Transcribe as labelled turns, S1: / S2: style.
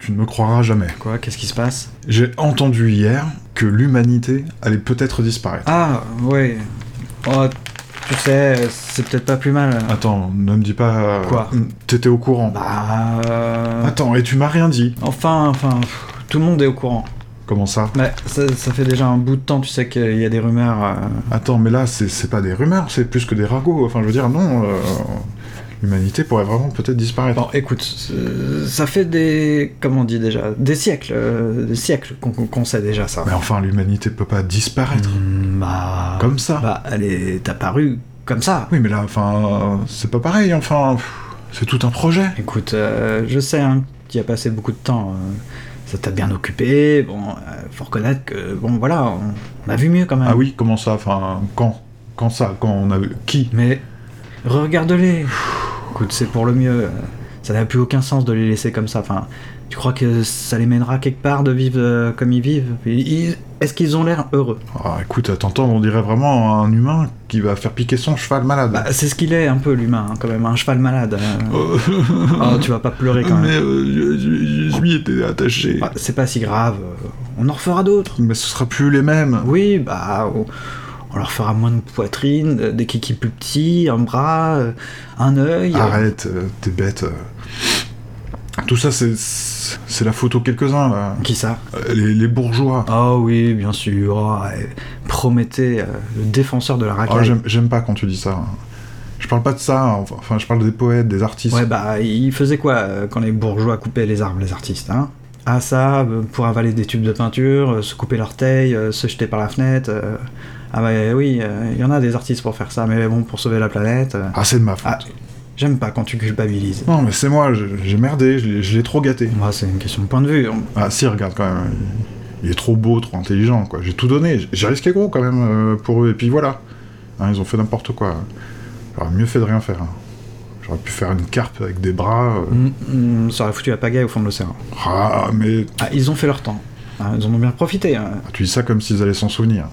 S1: tu ne me croiras jamais.
S2: Quoi Qu'est-ce qui se passe
S1: J'ai entendu hier que l'humanité allait peut-être disparaître.
S2: Ah, ouais. Oh, tu sais, c'est peut-être pas plus mal.
S1: Attends, ne me dis pas. euh,
S2: Quoi
S1: T'étais au courant.
S2: Bah. euh,
S1: Attends, et tu m'as rien dit.
S2: Enfin, enfin, pff, tout le monde est au courant.
S1: Comment ça
S2: Ouais, ça, ça fait déjà un bout de temps, tu sais qu'il y a des rumeurs. euh,
S1: Attends, mais là, c'est c'est pas des rumeurs, c'est plus que des ragots. Enfin, je veux dire, non. euh, L'humanité pourrait vraiment peut-être disparaître.
S2: Bon, écoute, euh, ça fait des. Comment on dit déjà Des siècles, euh, des siècles qu'on qu'on sait déjà ça.
S1: Mais enfin, l'humanité peut pas disparaître.
S2: Mm, bah.
S1: Comme ça.
S2: Bah, elle est apparue comme ça.
S1: Oui, mais là, enfin, euh, c'est pas pareil, enfin. pff, C'est tout un projet.
S2: Écoute, euh, je sais hein, que tu y as passé beaucoup de temps. euh, ça t'a bien occupé. Bon, euh, faut reconnaître que. Bon, voilà, on, on a vu mieux quand même.
S1: Ah oui, comment ça Enfin, quand Quand ça Quand on a. Qui
S2: Mais regarde-les. Écoute, c'est pour le mieux. euh, Ça n'a plus aucun sens de les laisser comme ça. Enfin, tu crois que ça les mènera quelque part de vivre euh, comme ils vivent Ils- Est-ce qu'ils ont l'air heureux
S1: Ah, écoute, à t'entendre, on dirait vraiment un humain qui va faire piquer son cheval malade.
S2: Bah, c'est ce qu'il est un peu l'humain, hein, quand même, un cheval malade. euh.
S1: Euh,
S2: Oh, tu vas pas pleurer quand
S1: mais
S2: même.
S1: euh, je, je- je lui étais attaché.
S2: Bah, c'est pas si grave. euh, On en refera d'autres.
S1: Ah, Mais ce sera plus les mêmes.
S2: Oui, bah, on, on leur fera moins de poitrine, euh, des kikis plus petits, un bras, euh, un œil. euh.
S1: Arrête, euh, t'es bête. euh. Tout ça, c'est c'est la photo quelques-uns, là.
S2: Qui ça
S1: Euh, Les, les bourgeois.
S2: Ah oui, bien sûr. Oh, et Prométhée, euh, le défenseur de la
S1: Ah,
S2: racaille.
S1: j'aime- J'aime pas quand tu dis ça. hein. Je parle pas de ça, enfin, enfin, je parle des poètes, des artistes.
S2: ouais, bah, il faisait quoi euh, quand les bourgeois coupaient les arbres, les artistes hein Ah ça, euh, pour avaler des tubes de peinture, euh, se couper l'orteil, euh, se jeter par la fenêtre. euh. Ah bah oui, euh, il y en a des artistes pour faire ça, mais bon, pour sauver la planète. euh.
S1: Ah, c'est de ma faute.
S2: Ah, j'aime pas quand tu culpabilises.
S1: Non, mais c'est moi, je- j'ai merdé, je l'ai- je l'ai trop gâté.
S2: Moi, c'est une question de point de vue. On-
S1: Ah si, regarde quand même. Il est trop beau, trop intelligent, quoi. J'ai tout donné. J- J'ai risqué gros quand même euh, pour eux. Et puis voilà. Hein, ils ont fait n'importe quoi. J'aurais mieux fait de rien faire. hein. J'aurais pu faire une carpe avec des bras. euh.
S2: Mm, mm, ça aurait foutu la pagaille au fond de l'océan.
S1: Ah, mais
S2: Ah, ils ont fait leur temps. Ah, ils en ont bien profité. hein.
S1: tu dis ça comme s'ils allaient s'en souvenir.